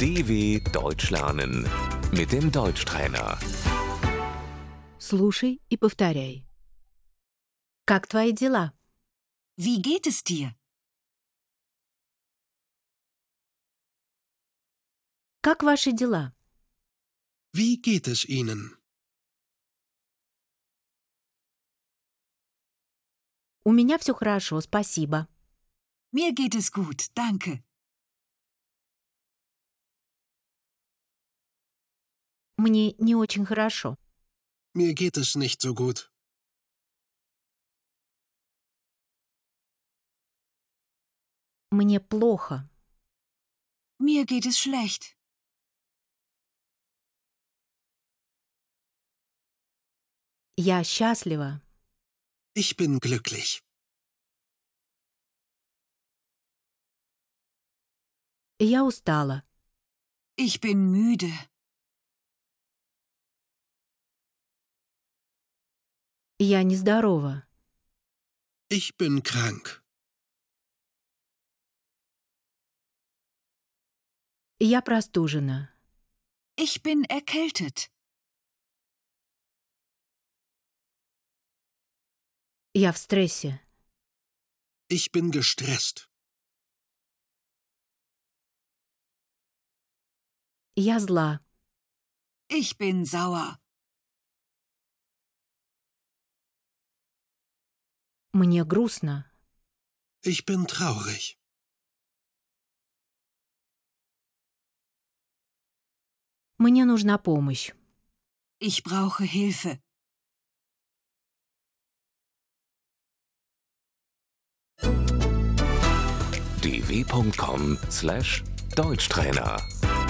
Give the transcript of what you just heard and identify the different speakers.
Speaker 1: DW Deutsch lernen mit dem Deutschtrainer.
Speaker 2: Слушай и повторяй. Как твои дела?
Speaker 3: Wie geht es dir?
Speaker 2: Как ваши дела?
Speaker 4: Wie geht es Ihnen?
Speaker 2: У меня все хорошо, спасибо.
Speaker 3: Mir geht es gut, danke.
Speaker 2: Мне не очень хорошо.
Speaker 4: Mir geht es nicht so gut.
Speaker 2: Мне плохо.
Speaker 3: Mir geht es schlecht.
Speaker 2: Я счастлива.
Speaker 4: Ich bin glücklich.
Speaker 2: Я устала.
Speaker 3: Ich bin müde.
Speaker 2: Я нездорова.
Speaker 4: Ich bin krank.
Speaker 2: Я простужена.
Speaker 3: Ich bin erkältet.
Speaker 2: Я в стрессе.
Speaker 4: Ich bin gestresst.
Speaker 2: Я зла.
Speaker 3: Ich bin sauer.
Speaker 2: Мне грустно.
Speaker 4: Ich bin traurig.
Speaker 2: Мне нужна помощь.
Speaker 3: Ich brauche Hilfe.
Speaker 1: dw.com/deutschtrainer